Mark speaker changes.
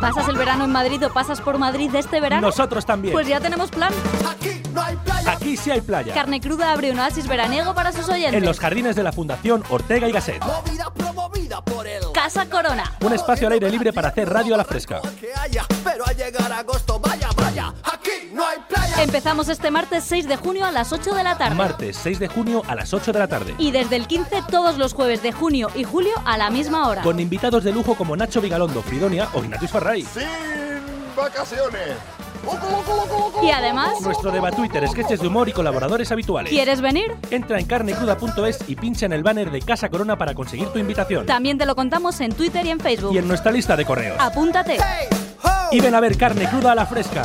Speaker 1: ¿Pasas el verano en Madrid o pasas por Madrid este verano?
Speaker 2: Nosotros también.
Speaker 1: Pues ya tenemos plan.
Speaker 2: Aquí no hay playa. Aquí sí hay playa.
Speaker 1: Carne Cruda abre un oasis veraniego para sus oyentes.
Speaker 2: En los jardines de la Fundación Ortega y Gasset.
Speaker 3: Movida promovida por el
Speaker 1: Casa Corona.
Speaker 2: Un espacio al aire libre para hacer radio a la fresca.
Speaker 3: que haya, pero al llegar agosto, vaya, vaya, aquí no hay playa.
Speaker 1: Empezamos este martes 6 de junio a las 8 de la tarde.
Speaker 2: Martes 6 de junio a las 8 de la tarde.
Speaker 1: Y desde el 15 todos los jueves de junio y julio a la misma hora.
Speaker 2: Con invitados de lujo como Nacho Vigalondo, Fridonia o Ignatius Farray.
Speaker 4: Sin vacaciones.
Speaker 1: Y además,
Speaker 2: Nuestro deba Twitter, sketches de humor y colaboradores habituales.
Speaker 1: ¿quieres venir?
Speaker 2: Entra en carnecruda.es y pincha en el banner de Casa Corona para conseguir tu invitación.
Speaker 1: También te lo contamos en Twitter y en Facebook.
Speaker 2: Y en nuestra lista de correos.
Speaker 1: Apúntate.
Speaker 3: Hey, ho.
Speaker 2: Y ven a ver carne cruda a la fresca.